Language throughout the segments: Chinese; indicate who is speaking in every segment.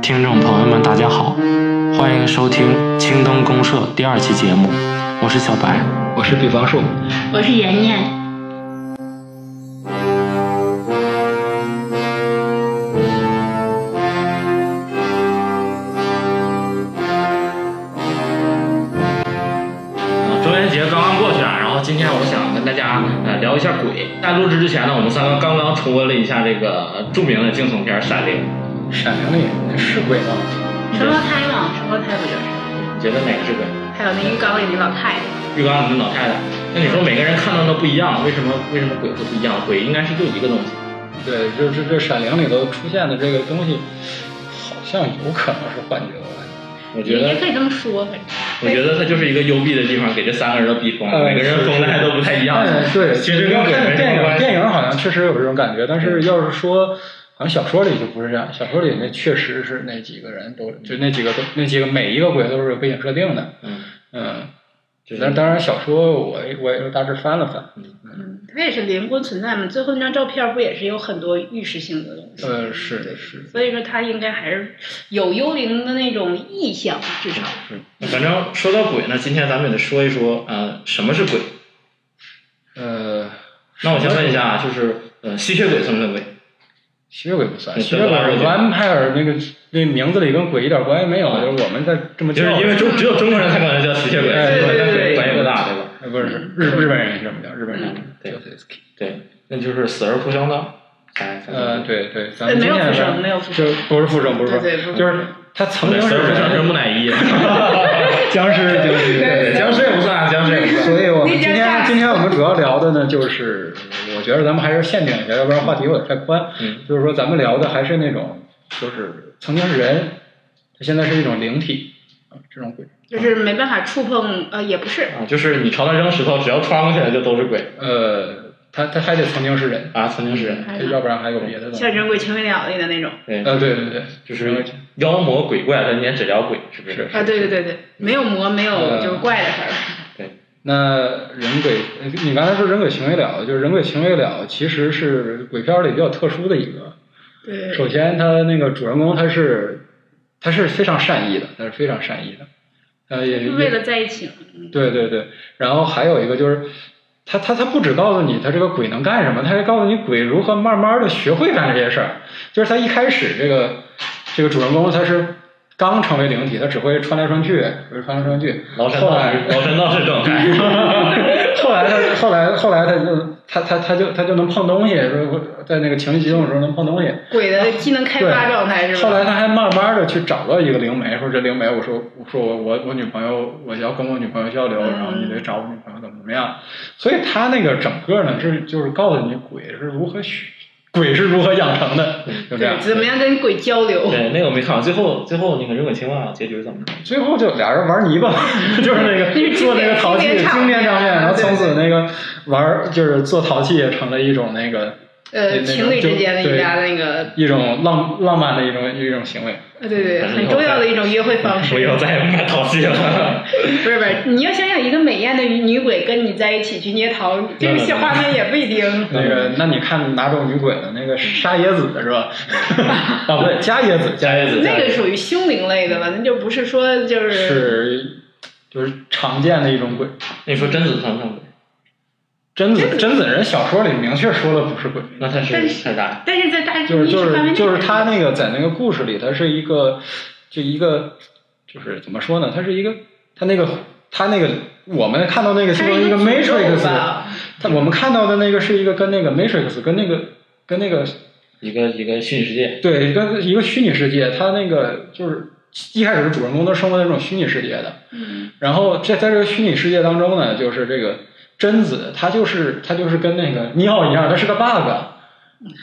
Speaker 1: 听众朋友们，大家好，欢迎收听青灯公社第二期节目，我是小白。
Speaker 2: 我是比方树，
Speaker 3: 我是妍妍，
Speaker 4: 啊中元节刚刚过去啊，然后今天我想跟大家呃聊一下鬼。在录制之前呢，我们三个刚刚重温了一下这个呃著名的惊悚片《闪灵》，
Speaker 2: 闪灵里那是鬼吗？
Speaker 3: 什么拍嘛，什么拍不就是？
Speaker 4: 你觉得哪个是鬼？
Speaker 3: 还有那浴缸里那老太太，
Speaker 4: 浴缸里的老太太。那你说每个人看到的不一样，为什么为什么鬼会不一样？鬼应该是就一个东西。
Speaker 2: 对，就是这闪灵里头出现的这个东西，好像有可能是幻觉。我感觉
Speaker 4: 我觉
Speaker 3: 也
Speaker 4: 得
Speaker 2: 嗯
Speaker 3: 可以这么说，反正
Speaker 4: 我觉得它就是一个幽闭的地方，给这三个人都逼疯了，
Speaker 2: 呃
Speaker 4: 每个人疯的还都不太一样。
Speaker 2: 哎对，
Speaker 4: 其实跟
Speaker 2: 要
Speaker 4: 鬼
Speaker 2: 看
Speaker 4: 没什
Speaker 2: 电
Speaker 4: 么
Speaker 2: 影，
Speaker 4: 关系
Speaker 2: 电。影好像确实有这种感觉，但是要是说，好像小说里就不是这样。小说里那确实是那几个人都，就那几个都，那几个每一个鬼都是有背景设定的。
Speaker 4: 嗯，
Speaker 2: 嗯，
Speaker 4: 就是
Speaker 2: 但当然小说我也我也是大致翻了翻，
Speaker 3: 嗯，它也是连贯存在嘛。最后那张照片不也是有很多预示性的东西？
Speaker 2: 呃，是是。
Speaker 3: 所以说它应该还是有幽灵的那种意象，至少。
Speaker 4: 反正说到鬼呢，今天咱们也得说一说，呃，什么是鬼？
Speaker 2: 呃，
Speaker 4: 那我先问一下啊，就是呃，吸血鬼算不算鬼？
Speaker 2: 吸血鬼不算，
Speaker 4: 对
Speaker 2: 吸血鬼
Speaker 4: 对对
Speaker 2: vampire 那个那名字里跟鬼一点关系没有，
Speaker 4: 啊
Speaker 2: 就是我们在这么
Speaker 4: 就
Speaker 2: 叫
Speaker 4: 是
Speaker 2: 的。
Speaker 4: 因为只有只有中国人才管它叫吸血鬼，
Speaker 2: 哎对对对对
Speaker 4: 管也不大，对吧？
Speaker 2: 呃不是日日本人嗯也是这么叫，日本人
Speaker 4: 对
Speaker 2: 叫
Speaker 4: 对，那就是死而复生哎的。才才
Speaker 2: 呃，对对，咱们
Speaker 3: 对
Speaker 2: 今
Speaker 3: 没有
Speaker 2: 天
Speaker 3: 附
Speaker 2: 是
Speaker 3: 身没有附身
Speaker 2: 就不是附身，不是附
Speaker 3: 对对不
Speaker 2: 身，
Speaker 3: 是
Speaker 2: 就是他曾经
Speaker 4: 对，
Speaker 2: 是
Speaker 4: 死而复生是木乃伊。
Speaker 2: 僵尸，僵尸，
Speaker 4: 对，僵尸也不
Speaker 2: 啊
Speaker 4: 算，僵尸也不算。
Speaker 2: 所以我们
Speaker 3: 那家
Speaker 2: 今天
Speaker 3: 大
Speaker 2: 今天我们主要聊的呢，就是我觉得咱们还是限定一下，要不然话题有点太宽。
Speaker 4: 嗯
Speaker 2: 就是说咱们聊的还是那种，就是曾经是人，他现在是一种灵体啊，这种鬼。
Speaker 3: 就是没办法触碰，呃，也不是，
Speaker 4: 啊，就是你朝他扔石头，只要穿过去了就都是鬼
Speaker 2: 呃，他他还得曾经是人，
Speaker 4: 啊，曾经是人。
Speaker 3: 还
Speaker 2: 要不然还有别的东西
Speaker 3: 像。人鬼情未了里的那种
Speaker 4: 对，
Speaker 2: 呃，对对对，
Speaker 4: 就是妖魔鬼怪，咱今天只聊鬼，是不是
Speaker 2: 是？
Speaker 3: 啊，对对对对，没有魔，没有
Speaker 2: 呃
Speaker 3: 就是怪的事儿，
Speaker 2: 那人鬼，呃你刚才说人鬼情未了，就是人鬼情未了，其实是鬼片里比较特殊的一个。
Speaker 3: 对，
Speaker 2: 首先，他那个主人公他是他是非常善意的，他是非常善意的，呃，也
Speaker 3: 就
Speaker 2: 也
Speaker 3: 为了在一起嘛，嗯
Speaker 2: 对对对，然后还有一个就是，他他他不只告诉你他这个鬼能干什么，他还告诉你鬼如何慢慢的学会干这些事儿。就是他一开始这个这个主人公他是刚成为灵体，他只会穿来穿去，只会穿来穿去。
Speaker 4: 崂山
Speaker 2: 后哎
Speaker 4: 道
Speaker 2: 来
Speaker 4: 士，崂山道士状态。
Speaker 2: 后来他后来后来他就他他他就他就能碰东西，说在那个情绪激动的时候能碰东西。
Speaker 3: 鬼的技能开发状态是
Speaker 2: 后
Speaker 3: 吧？
Speaker 2: 来他还慢慢的去找到一个灵媒，说这灵媒，我说我说我我我女朋友，我要跟我女朋友交流，
Speaker 3: 嗯
Speaker 2: 然后你得找我女朋友怎么怎么样。所以他那个整个呢是就是告诉你鬼是如何学，鬼是如何养成的，就这样
Speaker 3: 对，。怎么样跟鬼交流？
Speaker 4: 对，那个我没看完，最后最后那个人鬼情未了结局是怎么着？
Speaker 2: 最后就俩人玩泥巴， 就是那个做那个陶器
Speaker 3: 经典
Speaker 2: 经典场面，然后从此
Speaker 3: 对
Speaker 2: 那个玩就是做陶器也成了一种那个
Speaker 3: 呃，
Speaker 2: 那种
Speaker 3: 情侣之间的
Speaker 2: 就
Speaker 3: 一家的那个，
Speaker 2: 一种浪浪漫的一种一种行为。
Speaker 3: 呃，对对，
Speaker 4: 嗯
Speaker 3: 很重要的一种约会方
Speaker 4: 我以
Speaker 3: 式
Speaker 4: 后，再也不买陶器 了。
Speaker 3: 不 是不是，你要想想一个美艳的女女鬼跟你在一起去捏桃，这个小画面也不一 定。
Speaker 2: 那个，那你看哪种女鬼的那个沙耶子是吧？ 啊，不对，加耶子，加耶子，
Speaker 3: 那个属于凶灵类的了，那就不是说就是
Speaker 2: 就是常见的一种鬼。
Speaker 4: 那你说贞子算不算鬼？
Speaker 2: 贞子，贞子人小说里明确说了不是鬼，
Speaker 4: 那他
Speaker 3: 但
Speaker 4: 是
Speaker 3: 是
Speaker 4: 他啥？
Speaker 3: 但哎是在大
Speaker 2: 就是
Speaker 3: 历
Speaker 2: 就
Speaker 3: 史范围
Speaker 2: 是
Speaker 3: 内
Speaker 2: 就是他那个在那个故事里，他是一个就一个就是怎么说呢？他是一个他那个他那个我们看到那个就
Speaker 3: 它
Speaker 2: 是
Speaker 3: 是
Speaker 2: 一个
Speaker 3: 个诅
Speaker 2: Matrix，
Speaker 3: 咒吧
Speaker 2: 他我们看到的那个是一个跟那个 Matrix 跟那个跟那个
Speaker 4: 一个一个虚拟世界。
Speaker 2: 对，一个一个虚拟世界，他那个就是一开始主人公都生活在这种虚拟世界的，
Speaker 3: 嗯，
Speaker 2: 然后这在这个虚拟世界当中呢，就是这个贞子，她就是她就是跟那个尼奥一样，她是个 bug，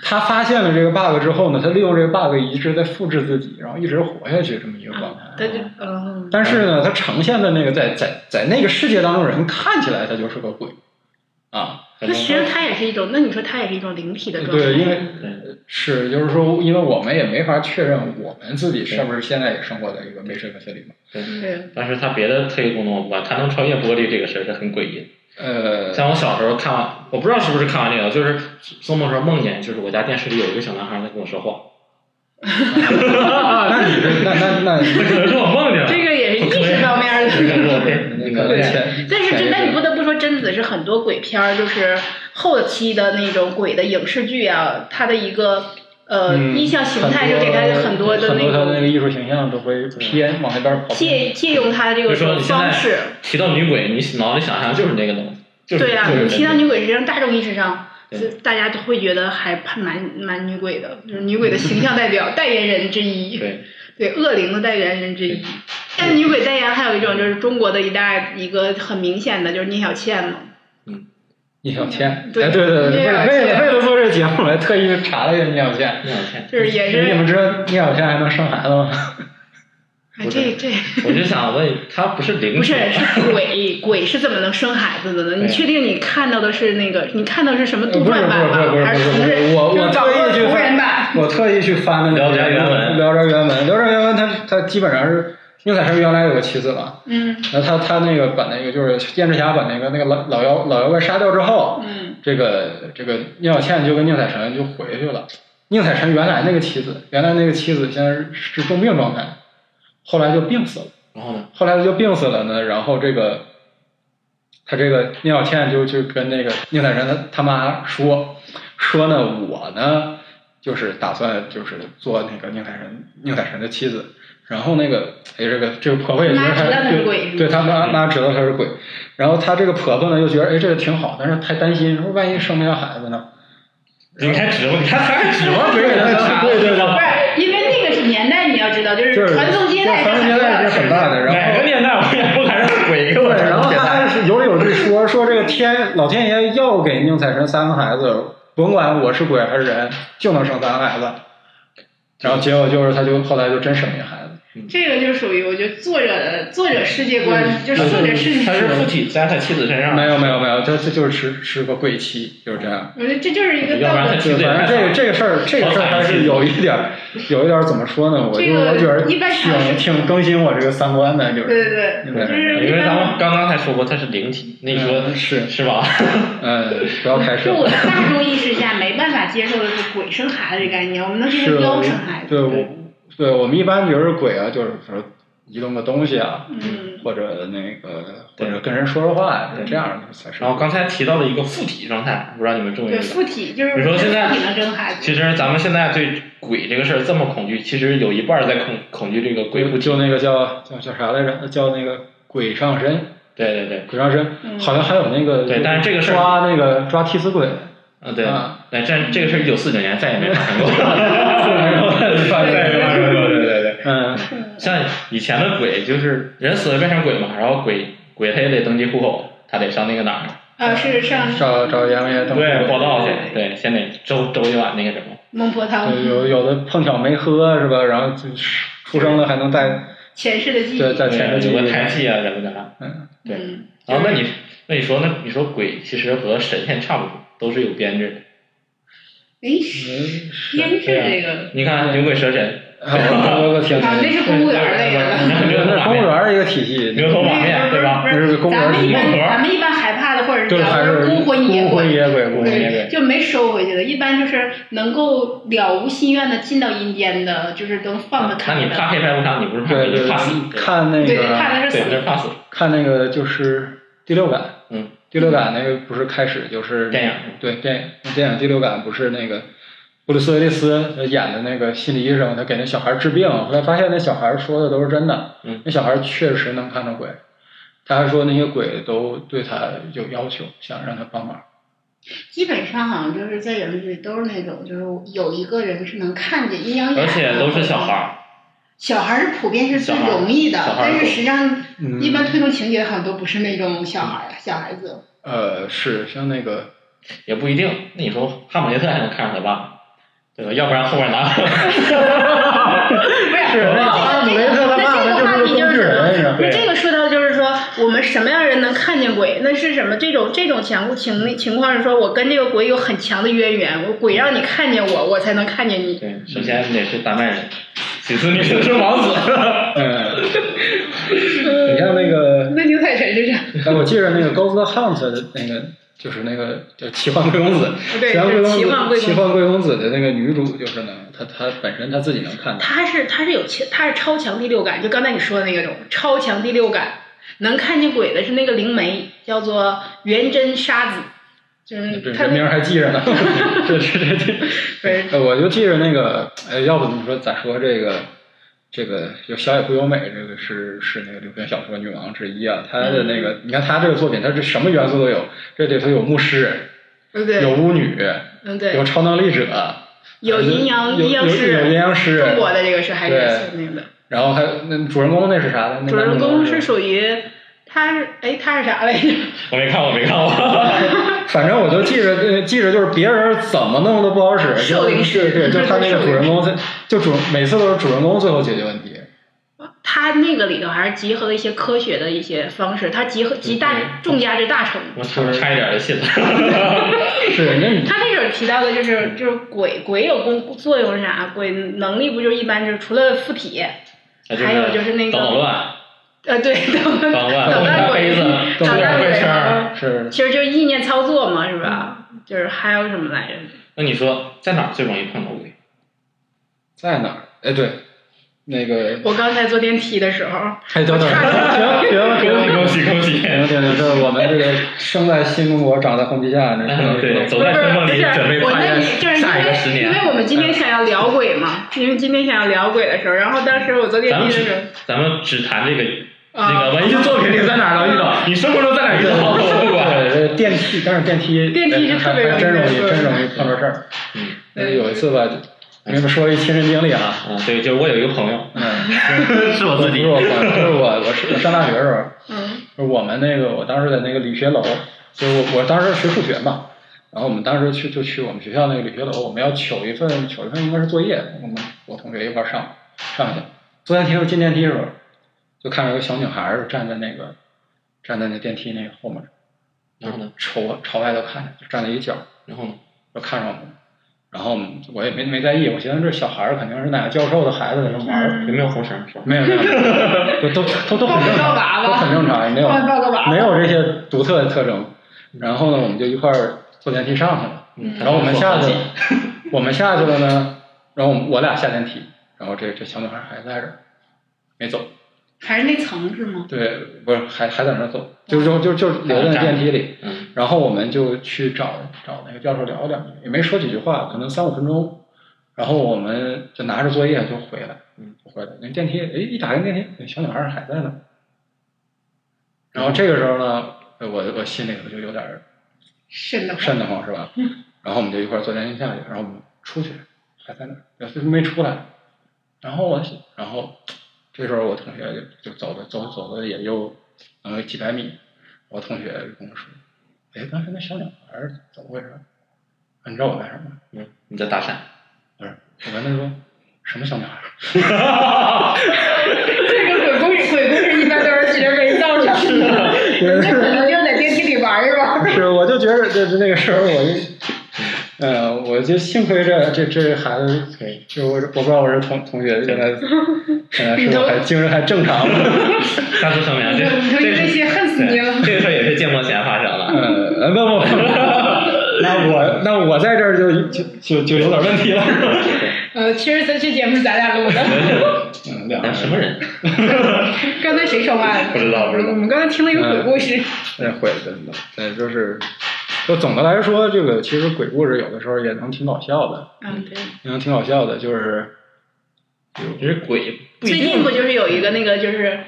Speaker 2: 她发现了这个 bug 之后呢，她利用这个 bug 一直在复制自己，然后一直活下去这么一个状态。
Speaker 3: 他就嗯，
Speaker 2: 但是呢，她呈现的那个在在在那个世界当中，人看起来她就是个鬼啊，
Speaker 3: 那
Speaker 2: 反正
Speaker 3: 实际上它也是一种，那你说它也是一种灵体的状态。
Speaker 2: 对，因为是就是说，因为我们也没法确认我们自己是不是现在也生活在一个没身份心理嘛。
Speaker 3: 对，
Speaker 4: 但是它别的特异功能我不管，它能穿越玻璃这个事儿是很诡异的。
Speaker 2: 呃，
Speaker 4: 像我小时候看完，我不知道是不是看完这个，就是做梦时候梦见，就是我家电视里有一个小男孩在跟我说话，
Speaker 2: 那你这那那那
Speaker 4: 那可能是我梦见了。
Speaker 3: 这个也是意识方面 的。
Speaker 4: 这个
Speaker 2: 那个前，
Speaker 3: 但是
Speaker 2: 前
Speaker 3: 真
Speaker 2: 一
Speaker 3: 的，
Speaker 2: 阵
Speaker 3: 你不得不说，贞子是很多鬼片儿，就是后期的那种鬼的影视剧啊，它的一个呃
Speaker 2: 嗯
Speaker 3: 意象形态是给它很多的
Speaker 2: 很
Speaker 3: 那
Speaker 2: 多他的那个
Speaker 3: 种
Speaker 2: 艺术形象都会偏往那边跑。
Speaker 3: 借借用它的这
Speaker 4: 比如说
Speaker 3: 种
Speaker 4: 你现
Speaker 3: 方
Speaker 4: 在
Speaker 3: 式。
Speaker 4: 提到女鬼，你脑里想象就是那个东西，就是
Speaker 3: 对啊，
Speaker 4: 就是那
Speaker 3: 你
Speaker 4: 个
Speaker 3: 提到女鬼，实际上大众意识上，
Speaker 4: 对
Speaker 3: 就大家都会觉得还蛮蛮女鬼的，就是女鬼的形象代表、代言人之一，
Speaker 4: 对
Speaker 3: 对恶灵的代言人之一。但女鬼代言还有一种就是中国的一大一个很明显的就是聂小倩嘛，
Speaker 2: 聂小倩，
Speaker 3: 对
Speaker 2: 哎对对
Speaker 3: 聂
Speaker 2: 对，为
Speaker 3: 小
Speaker 2: 了
Speaker 3: 倩
Speaker 2: 为了为了做这个节目，我还特意查了一下聂小倩。
Speaker 4: 那两天，
Speaker 3: 就是也
Speaker 2: 你
Speaker 3: 是
Speaker 2: 们知道嗯聂小倩还能生孩子吗？
Speaker 3: 哎这这
Speaker 4: 我就想问，他不是灵
Speaker 3: 不是
Speaker 4: 体吗
Speaker 3: 是鬼鬼是怎么能生孩子的呢？你
Speaker 4: 对
Speaker 3: 确定你看到的是那个你看到是什么杜
Speaker 2: 不是
Speaker 3: 撰版
Speaker 2: 不是不是
Speaker 3: 吗？还
Speaker 2: 不
Speaker 3: 是
Speaker 2: 是
Speaker 3: 不是
Speaker 2: 我我特意去
Speaker 3: 夫人
Speaker 2: 翻
Speaker 3: 版？
Speaker 2: 我特意去翻了那
Speaker 4: 聊
Speaker 2: 个
Speaker 4: 斋原文
Speaker 2: 聊斋原文，聊斋原文它它基本上是宁采臣原来有个妻子嘛，
Speaker 3: 嗯
Speaker 2: 然后他他那个把那个就是燕赤霞把那个那个老老妖老妖怪杀掉之后，
Speaker 3: 嗯
Speaker 2: 这个这个聂小倩就跟宁采臣就回去了。宁采臣原来那个妻子，原来那个妻子现在是是重病状态，后来就病死了。
Speaker 4: 然后呢？
Speaker 2: 后来就病死了呢，然后这个他这个聂小倩就就跟那个宁采臣他他妈说说呢，我呢就是打算就是做那个宁采臣宁采臣的妻子。然后那个哎，这个这个婆婆也觉得
Speaker 3: 妈知道
Speaker 2: 她
Speaker 3: 她是鬼
Speaker 2: 对对她妈妈知道她是鬼，然后她这个婆婆呢又觉得哎这个挺好，但是太担心，说万一生不下孩子呢？
Speaker 4: 你看指望，你看还是指望
Speaker 2: 对对对对
Speaker 3: 不
Speaker 2: 对，
Speaker 3: 是，因为那个是年代，你要知道，就是
Speaker 2: 就是
Speaker 3: 传宗接代，
Speaker 2: 传宗接代是很大的，然后
Speaker 4: 哪个年代我也不敢让鬼给我
Speaker 2: 对，然后
Speaker 4: 这
Speaker 2: 他
Speaker 4: 个
Speaker 2: 还是有理有据说说这个天老天爷要给宁采臣三个孩子，甭管我是鬼还是人，就能生三个孩子。然后结果就是，他就后来就真生一个孩子。
Speaker 3: 这个就属于我觉得作者的作者世界观，
Speaker 2: 嗯
Speaker 3: 就是作者世界
Speaker 4: 他是附体在他妻子身上，
Speaker 2: 没有没有没有，他他就是是是个贵妻，就是这样。
Speaker 3: 我觉得这就是一个
Speaker 4: 要
Speaker 3: 道
Speaker 4: 不然
Speaker 3: 德
Speaker 4: 他。
Speaker 2: 就反正这个这个事儿，这个事儿还是有一点儿，有一点儿怎么说呢？我就
Speaker 3: 这个
Speaker 2: 我觉得
Speaker 3: 一般常识
Speaker 2: 挺挺更新我这个三观的，就
Speaker 3: 对对
Speaker 2: 是
Speaker 3: 对，
Speaker 2: 对
Speaker 3: 就是一
Speaker 4: 因为咱们
Speaker 3: 般
Speaker 4: 刚刚才说过他是灵体，那你说
Speaker 2: 嗯是
Speaker 4: 是吧？
Speaker 2: 嗯，不要开车
Speaker 3: 就。我们大众意识下没办法接受的是鬼生孩子这个概念，我们能接
Speaker 2: 是
Speaker 3: 受妖生孩子。
Speaker 2: 对我对我们一般觉得鬼啊，就是说移动个东西啊，
Speaker 3: 嗯，
Speaker 2: 或者那个或
Speaker 4: 对
Speaker 2: 者跟人说说话，
Speaker 4: 对
Speaker 2: 这样的才是。
Speaker 4: 然后刚才提到了一个附体状态，不知道你们注意没
Speaker 3: 对
Speaker 4: 有？
Speaker 3: 附体就是
Speaker 4: 比如说现在
Speaker 3: 附体能生孩子，
Speaker 4: 其实咱们现在对鬼这个事儿这么恐惧，其实有一半儿在恐恐惧这个鬼附体。
Speaker 2: 就那个叫叫叫啥来着？叫那个鬼上身，
Speaker 4: 对对对，
Speaker 2: 鬼上身，
Speaker 3: 嗯
Speaker 2: 好像还有那个
Speaker 4: 对但是这个事儿
Speaker 2: 抓那个抓替死鬼，
Speaker 4: 嗯对
Speaker 2: 啊，
Speaker 4: 那这这个事儿一九四九年再也没发 生过，再也没发生过，对对对。
Speaker 2: 嗯，
Speaker 4: 像以前的鬼就是人死了变成鬼嘛，然后鬼鬼他也得登记户口，他得上那个哪儿？
Speaker 3: 啊是上
Speaker 2: 嗯找找阎王爷等
Speaker 4: 对，报道去
Speaker 3: 对，
Speaker 4: 对，先得周周一晚那个什么，
Speaker 3: 孟婆汤
Speaker 2: 有有的碰巧没喝是吧？然后就是出生了还 能带
Speaker 3: 前世的记忆。
Speaker 2: 对在前面
Speaker 4: 对
Speaker 2: 就
Speaker 4: 有个胎记啊什么的啊。
Speaker 2: 嗯，
Speaker 4: 对
Speaker 3: 嗯
Speaker 4: 然后那你那你说那你说鬼其实和神仙差不多，都是有编制的。
Speaker 3: 哎，编制这个
Speaker 4: 你看牛鬼蛇神，
Speaker 2: 啊我我我天，
Speaker 3: 啊，那是公务员儿类的。
Speaker 4: 你看牛头
Speaker 2: 那
Speaker 4: 马
Speaker 2: 公务
Speaker 4: 面，
Speaker 2: 员儿一个体系，
Speaker 4: 牛头马面对吧？
Speaker 3: 不
Speaker 2: 那是
Speaker 3: 是
Speaker 2: 公务员
Speaker 3: 咱们一般
Speaker 4: 公务员
Speaker 3: 咱们一般害怕的或者
Speaker 2: 就是还是
Speaker 3: 是孤魂野
Speaker 2: 孤魂
Speaker 3: 鬼，
Speaker 2: 野鬼，孤魂野鬼。
Speaker 3: 对，就没收回去的。一般就是能够了无心愿的进到阴间的，就是能
Speaker 2: 啊
Speaker 3: 放得
Speaker 4: 那
Speaker 3: 开
Speaker 4: 你怕
Speaker 3: 的。
Speaker 4: 黑白无常，你不是怕鬼，
Speaker 2: 对
Speaker 4: 你
Speaker 2: 对
Speaker 4: 是怕死。
Speaker 2: 对，看那
Speaker 3: 对，
Speaker 2: 个
Speaker 3: 怕的是
Speaker 4: 对，
Speaker 3: 死
Speaker 4: 你是怕死。
Speaker 2: 看那个就是第六感，
Speaker 4: 嗯，
Speaker 2: 第六感那个不是开始就是
Speaker 4: 电影
Speaker 2: 对电影电影第六感不是那个布鲁斯威利斯演的那个心理医生，他给那小孩治病，后来发现那小孩说的都是真的，
Speaker 4: 嗯
Speaker 2: 那小孩确实能看到鬼，他还说那些鬼都对他有要求，想让他帮忙。
Speaker 3: 基本上好像就是在影视剧都是那种，就是有一个人是能看见阴阳眼，
Speaker 4: 而且都是小孩。儿，
Speaker 3: 小孩儿是普遍是最
Speaker 4: 小孩儿
Speaker 3: 容易的
Speaker 4: 小，孩儿
Speaker 3: 但是
Speaker 4: 多
Speaker 3: 实际上
Speaker 2: 嗯
Speaker 3: 一般推动情节好像都不是那种小孩儿、小孩子。
Speaker 2: 呃，是像那个
Speaker 4: 也不一定。那你说哈姆雷特还能看上他爸，对吧？要不然后面 哪有？
Speaker 3: 不是，
Speaker 2: 是那
Speaker 3: 那
Speaker 2: 阿姆雷特他爸
Speaker 3: 那这个
Speaker 2: 那就是个
Speaker 3: 话题
Speaker 2: 工具人是吧
Speaker 3: 那这个说到就是说，我们什么样的人能看见鬼？那是什么？这种这种情情情况是说我跟这个鬼有很强的渊源，我鬼让你看见我，我才能看见你。
Speaker 4: 对，首先你得是丹麦人，其次你得是王 子。
Speaker 2: 嗯，你看那个，
Speaker 3: 那牛彩臣是啥？
Speaker 2: 哎我记着那个《高斯 Hunt》的那个，就是那个叫奇幻贵公子，
Speaker 3: 对
Speaker 2: 奇幻
Speaker 3: 是
Speaker 2: 贵公
Speaker 3: 奇幻贵公子
Speaker 2: 子，奇幻贵公子的那个女主就是呢，她她本身她自己能看到，
Speaker 3: 他是他是有强，他是超强第六感，就刚才你说的那个种超强第六感，能看见鬼的是那个灵媒，叫做元真沙子，就
Speaker 2: 这
Speaker 3: 是他
Speaker 2: 人名
Speaker 3: 那
Speaker 2: 儿还记 着呢，这这这这。
Speaker 3: 不是
Speaker 2: 呃，我就记着那个，呃，要不怎么说？咋说这个？这个就小野不由美，这个是是那个流行小说女王之一啊。她的那
Speaker 3: 嗯
Speaker 2: 个，你看她这个作品，她这什么元素都有，这里头有牧师，
Speaker 3: 对
Speaker 2: 有
Speaker 3: 对，
Speaker 2: 巫女，
Speaker 3: 嗯
Speaker 2: 有
Speaker 3: 对，
Speaker 2: 超能力者，
Speaker 3: 有阴阳
Speaker 2: 有
Speaker 3: 阴阳师，
Speaker 2: 有有阴阳师
Speaker 3: 中国的这个是还是
Speaker 2: 对
Speaker 3: 那个
Speaker 2: 然后还有那主人公那是啥呢？那
Speaker 3: 主人
Speaker 2: 男
Speaker 3: 公
Speaker 2: 是
Speaker 3: 是属于他是哎他是啥来着？
Speaker 4: 我没看过，我没看 过。
Speaker 2: 反正我就记着，呃记着就是别人怎么弄都不好使，
Speaker 3: 兽灵
Speaker 2: 就
Speaker 3: 师
Speaker 2: 是对，就他那个主人公在，就主每次都是主人公最后解决问题。
Speaker 3: 他那个里头还是集合了一些科学的一些方式，他集合集
Speaker 4: 嗯
Speaker 3: 大众家之大成。
Speaker 4: 我操，差一点就信了。
Speaker 2: 是，那你
Speaker 3: 他这种提到的就是就是鬼鬼有功作用是啥？鬼能力不就是一般就是除了附体，还有就是那个
Speaker 4: 捣乱，
Speaker 3: 呃对，捣
Speaker 4: 捣
Speaker 3: 蛋
Speaker 4: 乱，
Speaker 3: 捣
Speaker 4: 拿
Speaker 3: 蛋
Speaker 4: 杯
Speaker 3: 鬼
Speaker 4: 子，，
Speaker 3: 捣
Speaker 4: 动两
Speaker 3: 蛋
Speaker 4: 回
Speaker 3: 鬼
Speaker 4: 圈儿。
Speaker 3: 嗯
Speaker 2: 是
Speaker 3: 其实就是意念操作嘛，是吧？就是还有什么来着？
Speaker 4: 那你说在哪儿最容易碰到鬼？
Speaker 2: 在哪儿？哎，对，那个
Speaker 3: 我刚才坐电梯的时候，
Speaker 2: 哎，等等，停停了，停了，停了，
Speaker 4: 喜恭喜！
Speaker 2: 停了，停了，这我们这个生在新中国，长在红旗下，那
Speaker 4: 嗯， 对，
Speaker 2: 是
Speaker 4: 走在
Speaker 3: 不是
Speaker 4: 春
Speaker 3: 不
Speaker 4: 梦里，
Speaker 3: 是，
Speaker 4: 准备
Speaker 3: 我
Speaker 4: 跨
Speaker 3: 那
Speaker 4: 越
Speaker 3: 你就是因
Speaker 4: 下一个十
Speaker 3: 为因
Speaker 4: 年。嗯
Speaker 3: 为我们今天想要聊鬼嘛，因为今天想要聊鬼的时候，然后当时我坐电
Speaker 4: 咱们
Speaker 3: 梯的时候
Speaker 4: 只，咱们只谈这个
Speaker 3: 啊
Speaker 4: 那个文艺作品里在哪儿能遇到，你生活中在哪儿遇到我不管。
Speaker 2: 对，这电梯，但是电梯，
Speaker 3: 电梯是特别容易
Speaker 2: 真容易，
Speaker 3: 的
Speaker 2: 真容易碰到事儿。
Speaker 4: 嗯
Speaker 2: 那有一次吧，就跟你们说一亲身经历啊，
Speaker 4: 啊，对，就是我有一个朋友，
Speaker 2: 嗯，
Speaker 4: 是我
Speaker 2: 不
Speaker 4: 自己
Speaker 2: 是，我，就是我，我是我上大学的时候，
Speaker 3: 嗯
Speaker 2: 就是我们那个，我当时在那个理学楼，就是我我当时学数学嘛，然后我们当时去就去我们学校那个理学楼，我们要取一份取一份应该是作业，我们我同学一块儿上上去，坐电梯的时候进电梯的时候，就看着有个小女孩儿站在那个站在那电梯那个后面，
Speaker 4: 然后呢，
Speaker 2: 朝我朝外头看着，就站在一角，
Speaker 4: 然后呢，
Speaker 2: 就看上我们，然后我们我也没没在意，我寻思这小孩儿肯定是哪个教授的孩子在那玩儿。
Speaker 4: 有没有红绳？是吧
Speaker 2: 没有没有，都都都都很正
Speaker 3: 报个
Speaker 2: 常
Speaker 3: 娃，娃
Speaker 2: 都很正常，也没有
Speaker 3: 报个娃娃
Speaker 2: 没有这些独特的特征。然后呢，我们就一块儿坐电梯上去了。
Speaker 4: 嗯
Speaker 2: 然后我们下去
Speaker 4: 我好，
Speaker 2: 我们下去了呢，然后我们我俩下电梯，然后这这小女孩还在这儿，没走。
Speaker 3: 还是那层是吗？
Speaker 2: 对，不是还还在那儿走，就就就就留在那电梯里。
Speaker 4: 嗯，
Speaker 2: 然后我们就去找找那个教授聊聊，也没说几句话，可能三五分钟。然后我们就拿着作业就回来，
Speaker 4: 嗯，
Speaker 2: 回来那电梯，哎，一打开电梯，那小女孩儿还在呢。然后这个时候呢，呃我我心里头就有点儿
Speaker 3: 瘆得
Speaker 2: 瘆得慌，是吧？然后我们就一块儿坐电梯下去，然后我们出去，还在那儿，然后就是没出来。然后我，然后这时候我同学就就走了，走走了也就能有几百米，我同学就跟我说：“哎，刚才那小女孩儿怎么回事？”啊你知道我干什么吗？
Speaker 4: 嗯，你在搭 讪。
Speaker 2: 不是，我跟他说什么小女孩儿？
Speaker 3: 这个鬼故事，鬼故事一般都是学没造成的， 人家可能就在电梯里玩一玩。
Speaker 2: 是，我就觉得就是那个时候我就，嗯，我就幸亏这这这孩子，对，就我我不知道我是同同 学，现在现在是我还精神还正常吗？
Speaker 4: 大叔声明啊，
Speaker 3: 你
Speaker 4: 这
Speaker 3: 说你说
Speaker 4: 这
Speaker 3: 你这些恨死你了
Speaker 4: 对这个事儿也是建模前发生 的。
Speaker 2: 嗯，那不不，那我那我在这儿就就就就有点问题了。
Speaker 3: 呃，其实这期节目是咱俩录的，
Speaker 2: 嗯，两个
Speaker 4: 咱哎什么 人？
Speaker 3: 刚才谁说话来着？
Speaker 4: 不知道不知道
Speaker 3: 我们刚才听了一个鬼故事，
Speaker 2: 那会真的，那就是，就总的来说，这个其实鬼故事有的时候也能挺搞笑的，
Speaker 3: 嗯，对。
Speaker 2: 也能挺搞笑的，就是
Speaker 4: 只是鬼不
Speaker 3: 最
Speaker 4: 一
Speaker 3: 近
Speaker 4: 定
Speaker 3: 不就是有一个那个就是，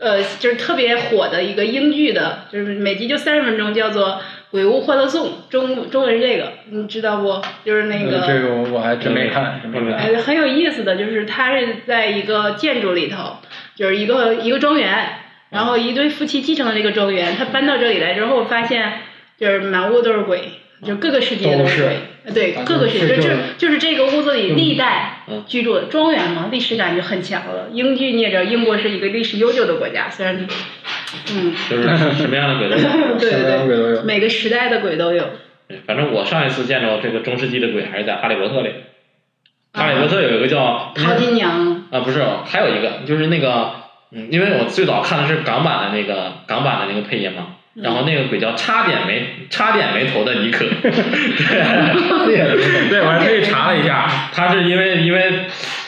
Speaker 3: 呃，就是特别火的一个英剧的，就是每集就三十分钟，叫做《鬼屋欢乐颂》，中中文是这个，你知道不？就是那个、
Speaker 2: 呃这个我还真没看，真没看。
Speaker 3: 呃，很有意思的就是，它是在一个建筑里头，就是一个一个庄园，然后一对夫妻继承了这个庄园，他搬到这里来之后，发现就是满屋都是鬼，就各个世界
Speaker 2: 都
Speaker 3: 是
Speaker 2: 是
Speaker 3: 鬼，呃对，
Speaker 2: 啊
Speaker 3: 各个世界，
Speaker 2: 就是
Speaker 3: 就
Speaker 2: 就是
Speaker 3: 就是这个屋子里历代
Speaker 4: 嗯
Speaker 3: 居住的庄园嘛，历史感就很强了。英剧你也知道，英国是一个历史悠久的国家，虽然嗯，
Speaker 4: 就是什么样的鬼都有。
Speaker 3: 对
Speaker 2: 什么样的
Speaker 3: 对
Speaker 2: 鬼都有
Speaker 3: 对，。每个时代的鬼都有。
Speaker 4: 反正我上一次见着这个中世纪的鬼还是在《哈利波特》里，《哈利波特》有一个叫
Speaker 3: 淘金娘，
Speaker 4: 啊，不是，还有一个就是那个，嗯，因为我最早看的是港版的那个港版的那个配音嘛，然后那个鬼叫差点没差点没头的尼克， 对，对，我还特意查了一下，啊他是因为因为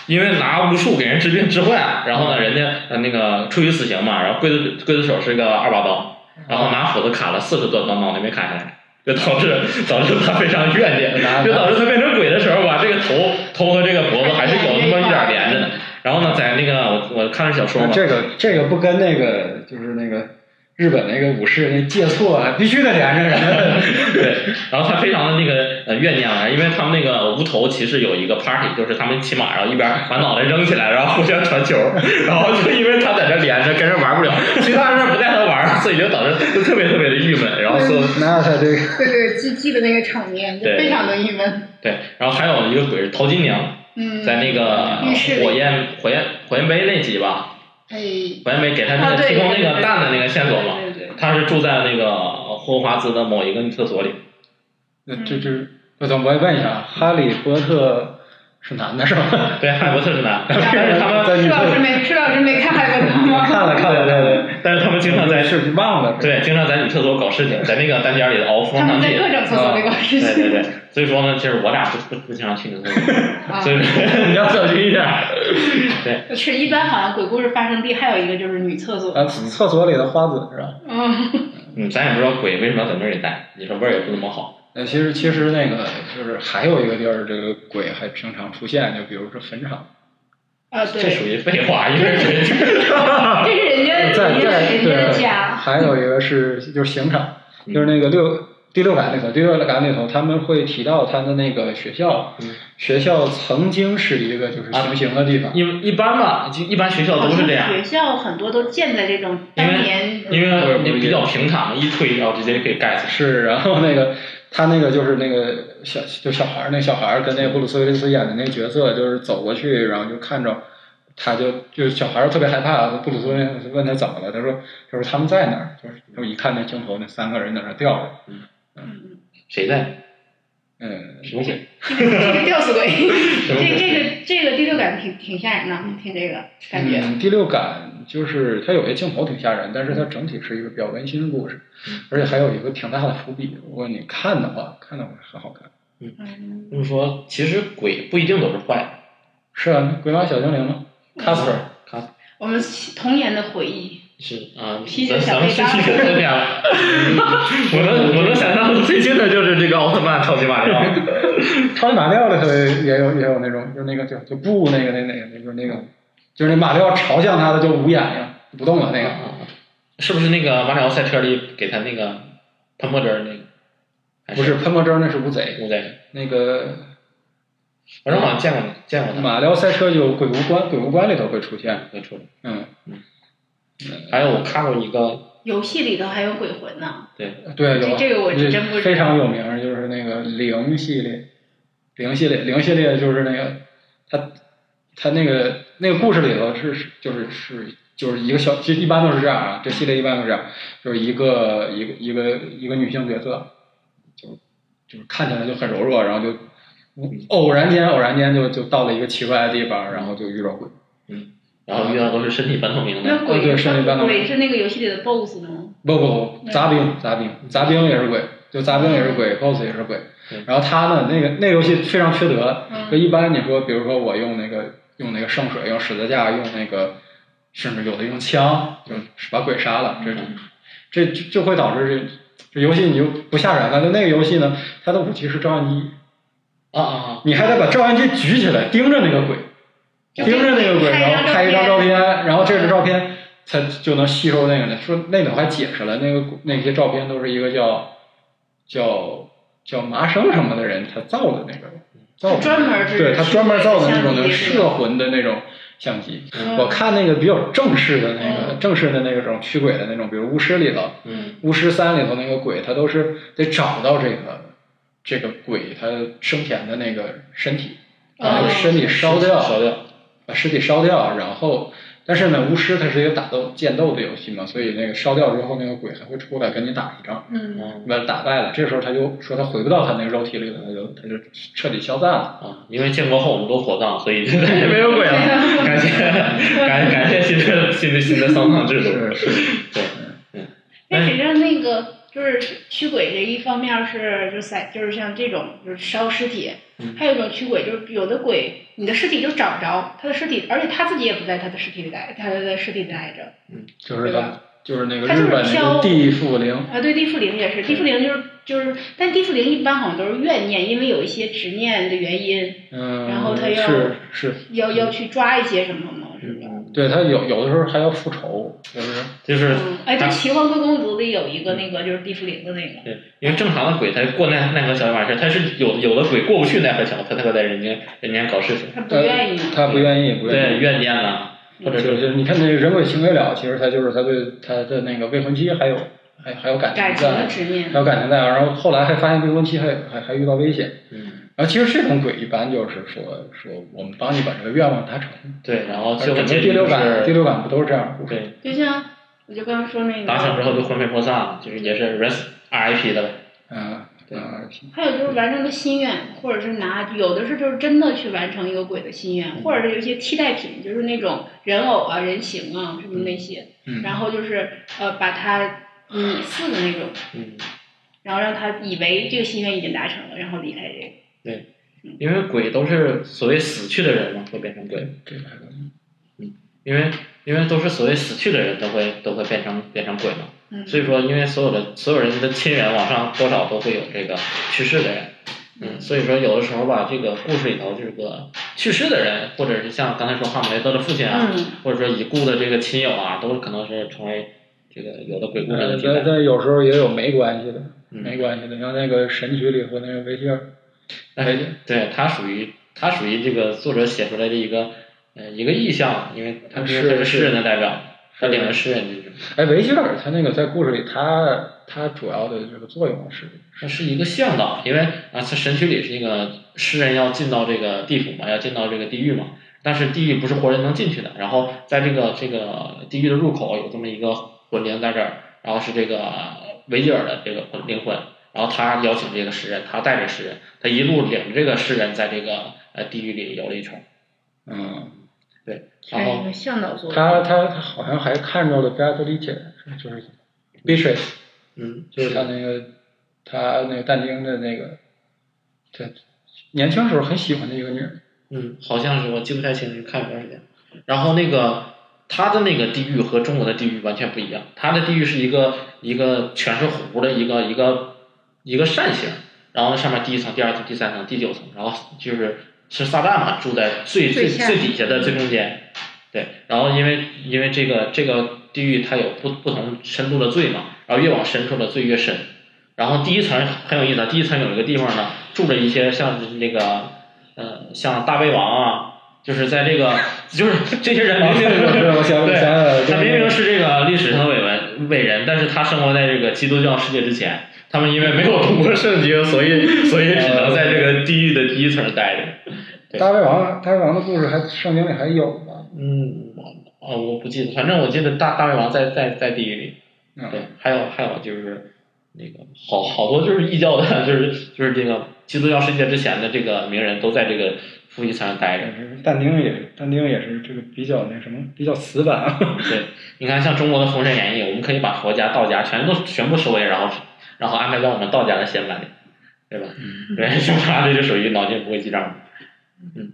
Speaker 4: 因为拿巫术给人治病治坏，然后呢，人家呃那个处以死刑嘛，然后刽子刽子手是个二八刀，然后拿斧子砍了四十多刀，脑袋没砍下来。就导致导致他非常怨 念，就导致他变成鬼的时候吧，这个头头和这个脖子还是有那么一点连 着的。然后呢，在那个我我看了小说嘛，
Speaker 2: 这个这个不跟那个就是那个日本那个武士那借错啊，必须得连着人。
Speaker 4: 对，然后他非常的那个呃怨念啊，因为他们那个无头骑士有一个 party，就是他们骑马，然后一边把脑袋扔起来，然后互相传球， 然后就因为他在这连着，跟人玩不了，其他人不带他玩，所以就导致就特别特别的郁闷，然后所有
Speaker 3: 嗯
Speaker 2: 那他这个
Speaker 5: 对对，记记得那个场面，就
Speaker 4: 对
Speaker 5: 非常的郁闷。
Speaker 4: 对，然后还有一个鬼是淘金娘，
Speaker 5: 嗯，
Speaker 4: 在那个
Speaker 5: 浴室里
Speaker 4: 火焰火焰火焰杯那集吧，
Speaker 5: 哎，
Speaker 4: 火焰杯给他那
Speaker 3: 啊
Speaker 4: 个提
Speaker 3: 对，
Speaker 4: 供那个
Speaker 3: 对
Speaker 4: 蛋的那个线索嘛，
Speaker 3: 对对对
Speaker 4: 他是住在那个霍华兹的某一个女厕所里，
Speaker 2: 那这这，我等我也问一下，哈利波特是男的是吧？
Speaker 4: 对，哈利波特是男， 但是他们
Speaker 2: 在
Speaker 5: 施
Speaker 2: 女
Speaker 5: 老师
Speaker 2: 厕
Speaker 5: 没施老师没看海波特吗？
Speaker 2: 看了看了对对，
Speaker 4: 但是他们经常在
Speaker 2: 是忘了。
Speaker 4: 对，经常在女厕所搞事情，在那个单间里熬蜂
Speaker 5: 他
Speaker 4: 糖
Speaker 5: 们在
Speaker 4: 剂。
Speaker 5: 各种厕所里搞事
Speaker 4: 对啊嗯对
Speaker 5: 情
Speaker 4: 对，所以说呢，其实我俩不不不经常去女厕 所，
Speaker 5: 啊
Speaker 4: 所。以 说你要小心一点。
Speaker 2: 啊
Speaker 4: 对，
Speaker 3: 是一般好像鬼故事发生地还有一个就是女厕所，
Speaker 2: 啊，厕所里的花子是吧？
Speaker 5: 嗯，
Speaker 4: 嗯，咱也不知道鬼为什么要在那里待，你说味儿也不怎么好。
Speaker 2: 那呃其实其实那个就是还有一个地儿，这个鬼还经常出现，就比如说坟场，
Speaker 3: 啊
Speaker 4: 这
Speaker 3: 对，
Speaker 4: 属于废话，因为人
Speaker 3: 这是人家
Speaker 2: 嗯在
Speaker 3: 人家
Speaker 2: 在
Speaker 3: 人家的
Speaker 2: 对，
Speaker 3: 家，
Speaker 2: 还有一个是就是刑场，就是那个六第六感里头，第六感里头他们会提到他的那个学校，学校曾经是一个就是行刑的地方，
Speaker 4: 因为 一般吧，就一般学校
Speaker 3: 好
Speaker 4: 都
Speaker 3: 像
Speaker 4: 是这样，
Speaker 3: 学校很多都建在这种
Speaker 4: 因
Speaker 3: 当
Speaker 4: 为
Speaker 3: 年
Speaker 4: 因为你
Speaker 2: 嗯
Speaker 4: 比较平坦，一推然后直接就可以盖死。
Speaker 2: 是，然后那个他那个就是那个小就小孩儿，那小孩儿跟那个布鲁斯威利斯演的那个角色，就是走过去，然后就看着，他就就小孩儿特别害怕，布鲁斯威利斯问他怎么了，他说就是他们在哪儿，就是就一看那镜头，那三个人在那儿吊着，
Speaker 4: 谁在？
Speaker 2: 嗯，
Speaker 4: 什么鬼？
Speaker 5: 吊 死鬼，
Speaker 4: 什么
Speaker 5: 这
Speaker 4: 鬼？
Speaker 5: 这个这个第六感挺挺吓人的，听这个感觉。
Speaker 2: 嗯，第六感就是它有些镜头挺吓人，但是它整体是一个比较温馨的故事，而且还有一个挺大的伏笔，如果你看的话，看的话很好看。
Speaker 5: 嗯
Speaker 4: 就是说，其实鬼不一定都是坏的。
Speaker 2: 是啊，鬼马小精灵吗？Casper，
Speaker 5: 嗯
Speaker 4: 看，
Speaker 3: 我们童年的回忆。
Speaker 4: 是啊，
Speaker 3: 披着
Speaker 4: 咱
Speaker 3: 小
Speaker 4: 咱们
Speaker 3: 被
Speaker 4: 这期
Speaker 3: 单
Speaker 4: 可这样了。我 能我能想到最近的就是这个奥特曼超级马里奥。
Speaker 2: 超级马料里头也有也有那种，就是那个就就布那个那那个就是那个，就是那马料朝向他的就捂眼睛不动了那个，
Speaker 4: 是不是那个马里奥赛车里给他那个喷墨汁儿那个？还
Speaker 2: 不是喷墨汁儿那是乌贼，
Speaker 4: 乌贼，
Speaker 2: 那个
Speaker 4: 反正我好像见过见过他。
Speaker 2: 马料赛车就有鬼无关，鬼无关里头会出现，
Speaker 4: 没出来
Speaker 2: 嗯，
Speaker 4: 还有我看过一个，
Speaker 3: 游戏里头还有鬼魂呢，
Speaker 2: 对，
Speaker 3: 这
Speaker 2: 有
Speaker 3: 这个我是真不知道
Speaker 2: 非常有名，就是那个零系列，零系列零系列就是那个他他那个那个故事里头是是就是是就是一个小，其实一般都是这样啊，这系列一般都是这样，就是一个一个一个一个女性角色，就就是看起来就很柔弱，然后就
Speaker 3: 嗯
Speaker 2: 偶然间偶然间就就到了一个奇怪的地方，然后就遇到鬼。
Speaker 4: 然后遇到都是身体半透明的
Speaker 3: 那。鬼
Speaker 2: 对是那个
Speaker 3: 鬼是那个游戏里的 BOSS 吗？
Speaker 2: 不不不，杂兵杂兵杂兵也是鬼，就杂兵也是鬼，BOSS 也是鬼
Speaker 4: 对。
Speaker 2: 然后他呢，那个那个游戏非常缺德，
Speaker 5: 嗯
Speaker 2: 就一般你说，比如说我用那个用那个圣水，用十字架，用那个甚至有的用枪，就是把鬼杀了，这这这这会导致这这游戏你就不吓人了。就那个游戏呢，它的武器是照相机，
Speaker 4: 啊啊！
Speaker 2: 你还得把照相机举起来盯着那个鬼，
Speaker 5: 就
Speaker 2: 盯着那个鬼，
Speaker 5: 拍一张
Speaker 2: 然后拍一张
Speaker 5: 照
Speaker 2: 照
Speaker 5: 片
Speaker 2: 片，然后这个照片才就能吸收那个呢。说那里头还解释了，那个那些照片都是一个叫叫叫麻生什么的人他造的那个造的，
Speaker 3: 专门是
Speaker 2: 对他专门造的那种
Speaker 3: 相机
Speaker 2: 能
Speaker 3: 类似的
Speaker 2: 摄魂的那种相机。
Speaker 5: 嗯
Speaker 2: 我看那个比较正式的那个正式的那种驱鬼的那种，比如巫师里头，
Speaker 4: 嗯，
Speaker 2: 巫师三里头那个鬼，他都是得找到这个这个鬼他生前的那
Speaker 5: 哦
Speaker 2: 个身体，把那个身体烧掉，
Speaker 4: 烧掉。
Speaker 2: 把尸体烧掉，然后但是呢，巫师它是一个打斗剑斗的游戏嘛，所以那个烧掉之后，那个鬼还会出来跟你打一仗，
Speaker 3: 嗯
Speaker 2: 把他打败了。这时候他就说他回不到他那个肉体里了，他就他就彻底消散了。
Speaker 4: 啊，因为建国后我们都火葬，所以没有鬼了。感 谢感感谢新的新的新的丧葬制度。
Speaker 2: 是是，
Speaker 4: 对，
Speaker 5: 但
Speaker 4: 哎
Speaker 5: 实际上那个就是驱鬼这一方面是就是在就是像这种就是烧尸体，
Speaker 4: 嗯
Speaker 5: 还有一种驱鬼就是有的鬼你的尸体就找不着他的尸体，而且他自己也不在他的尸体里待，他的尸体里待着
Speaker 2: 就是
Speaker 5: 对
Speaker 2: 他
Speaker 5: 吧
Speaker 2: 就是那个
Speaker 5: 他就是
Speaker 2: 日本那
Speaker 5: 飘
Speaker 2: 个地缚灵，
Speaker 5: 啊。对，地缚灵也是，地缚灵就是就是，但地缚灵一般好像都是怨念，因为有一些执念的原因，
Speaker 2: 嗯，
Speaker 5: 然后他要
Speaker 2: 是是，
Speaker 5: 要要去抓一些什么嘛，是吧？
Speaker 2: 对他有有的时候还要复仇，就是
Speaker 4: 就是
Speaker 5: 嗯，哎，对，《奇幻贵公子》里有一个那个就是地缚灵的那个，
Speaker 4: 对，因为正常的鬼他过奈奈何桥就完事儿，他是有有的鬼过不去奈何桥，他才会在人间人间搞事情。
Speaker 5: 他不愿意。
Speaker 2: 呃他不愿意，不愿
Speaker 4: 对
Speaker 2: 意。嗯
Speaker 4: 怨念啊，或者
Speaker 2: 就是是你看那个人鬼情未了，其实他就是他对他的那个未婚妻还有还还有感情
Speaker 5: 感情的
Speaker 2: 在，
Speaker 5: 执念
Speaker 2: 还，有感情在，然后后来还发现未婚妻还还还遇到危险。
Speaker 4: 嗯
Speaker 2: 然后其实这种鬼一般就是说说我们帮你把这个愿望达成，
Speaker 4: 对，然后
Speaker 2: 而
Speaker 4: 最后
Speaker 2: 整
Speaker 4: 结
Speaker 2: 个
Speaker 4: 局
Speaker 2: 第六
Speaker 4: 就
Speaker 2: 感第
Speaker 4: 是
Speaker 2: 六感不都是这样？
Speaker 4: 对
Speaker 5: 就像我就刚刚说那个，
Speaker 4: 打响之后就魂飞魄散，就是也是 rest RIP 的了。
Speaker 2: 嗯
Speaker 4: 对
Speaker 2: 嗯，
Speaker 5: 还有就是完成个心愿，或者是拿有的是就是真的去完成一个鬼的心愿，或者是有一些替代品，就是那种人偶啊、人形啊什么那些，
Speaker 2: 嗯
Speaker 5: 然后就是呃把它拟似的那种，
Speaker 4: 嗯，
Speaker 5: 然后让他以为这个心愿已经达成了，然后离开这个。嗯
Speaker 4: 因为鬼都是所谓死去的人嘛，会变成鬼。嗯
Speaker 2: 这个还有
Speaker 4: 因为因为都是所谓死去的人都会都会变成变成鬼嘛，
Speaker 5: 嗯，
Speaker 4: 所以说因为所有的所有人的亲人往上多少都会有这个去世的人，嗯，所以说有的时候吧，这个故事里头这个去世的人，或者是像刚才说哈姆雷特的父亲啊，
Speaker 5: 嗯，
Speaker 4: 或者说已故的这个亲友啊，都可能是成为这个有的鬼故事的
Speaker 2: 呃
Speaker 4: 题
Speaker 2: 但
Speaker 4: 材。
Speaker 2: 但有时候也有没关系的，
Speaker 4: 嗯
Speaker 2: 没关系的，像那个神曲里和那个维吉尔，
Speaker 4: 但是对他属于他属于这个作者写出来的一个呃一个意象，因为他是
Speaker 2: 是
Speaker 4: 他是诗人的代表，他
Speaker 2: 是
Speaker 4: 领着诗人这种。
Speaker 2: 哎，维吉尔他那个在故事里，他他主要的这个作用是
Speaker 4: 它是一个向导，因为啊，它神曲里是一个诗人要进到这个地府嘛，要进到这个地狱嘛，但是地狱不是活人能进去的。然后在这个这个地狱的入口有这么一个魂灵在这儿，然后是这个维吉尔的这个魂灵魂，然后他邀请这个诗人，他带着诗人，他一路领着这个诗人在这个呃地狱里游了一圈，
Speaker 2: 嗯，
Speaker 4: 然
Speaker 3: 还有
Speaker 4: 后
Speaker 3: 一个向导作
Speaker 2: 他
Speaker 3: 用。
Speaker 2: 他他好像还看着了 b e a t r i c e 就是 Beatrice，
Speaker 4: 嗯，
Speaker 2: 就是他那个他那个但丁的那个，他年轻时候很喜欢的一个女人，
Speaker 4: 嗯，好像是我记不太清，看有段时间。然后那个他的那个地狱和中国的地狱完全不一样，他的地狱是一个一个全是湖的一个一个一个扇形，然后那上面第一层、第二层、第三层、第九层，然后就是是撒旦嘛，住在最最
Speaker 3: 最下
Speaker 4: 最底下的最中间。对，然后因为因为这个这个地狱它有不不同深度的罪嘛，然后越往深处的罪越深。然后第一层很有意思啊，第一层有一个地方呢，住着一些像是那个呃像大胃王啊，就是在这个就是这些人明明
Speaker 2: 哦我想我
Speaker 4: 对
Speaker 2: 想想
Speaker 4: 他明
Speaker 2: 就是
Speaker 4: 明是这个历史上的伟人，伟人，但是他生活在这个基督教世界之前，他们因为没有通过圣经，所以所以只能在这个地狱的第一层待着。对
Speaker 2: 大胃王，大胃王的故事还圣经里还有呢，
Speaker 4: 嗯，哦，我不记得，反正我记得大大胃王在在在地狱里。对
Speaker 2: 嗯，，
Speaker 4: 还有还有就是那个好好多就是异教的，就是就是这个基督教世界之前的这个名人都在这个负一层待着。
Speaker 2: 但丁也但丁也是这个比较那什么，比较死板，啊
Speaker 4: 对，你看像中国的《封神演义》，我们可以把佛家、道家全都全部收为，然后然后安排到我们道家的仙班里，对吧？对， 他这就属于脑筋不会记账。嗯，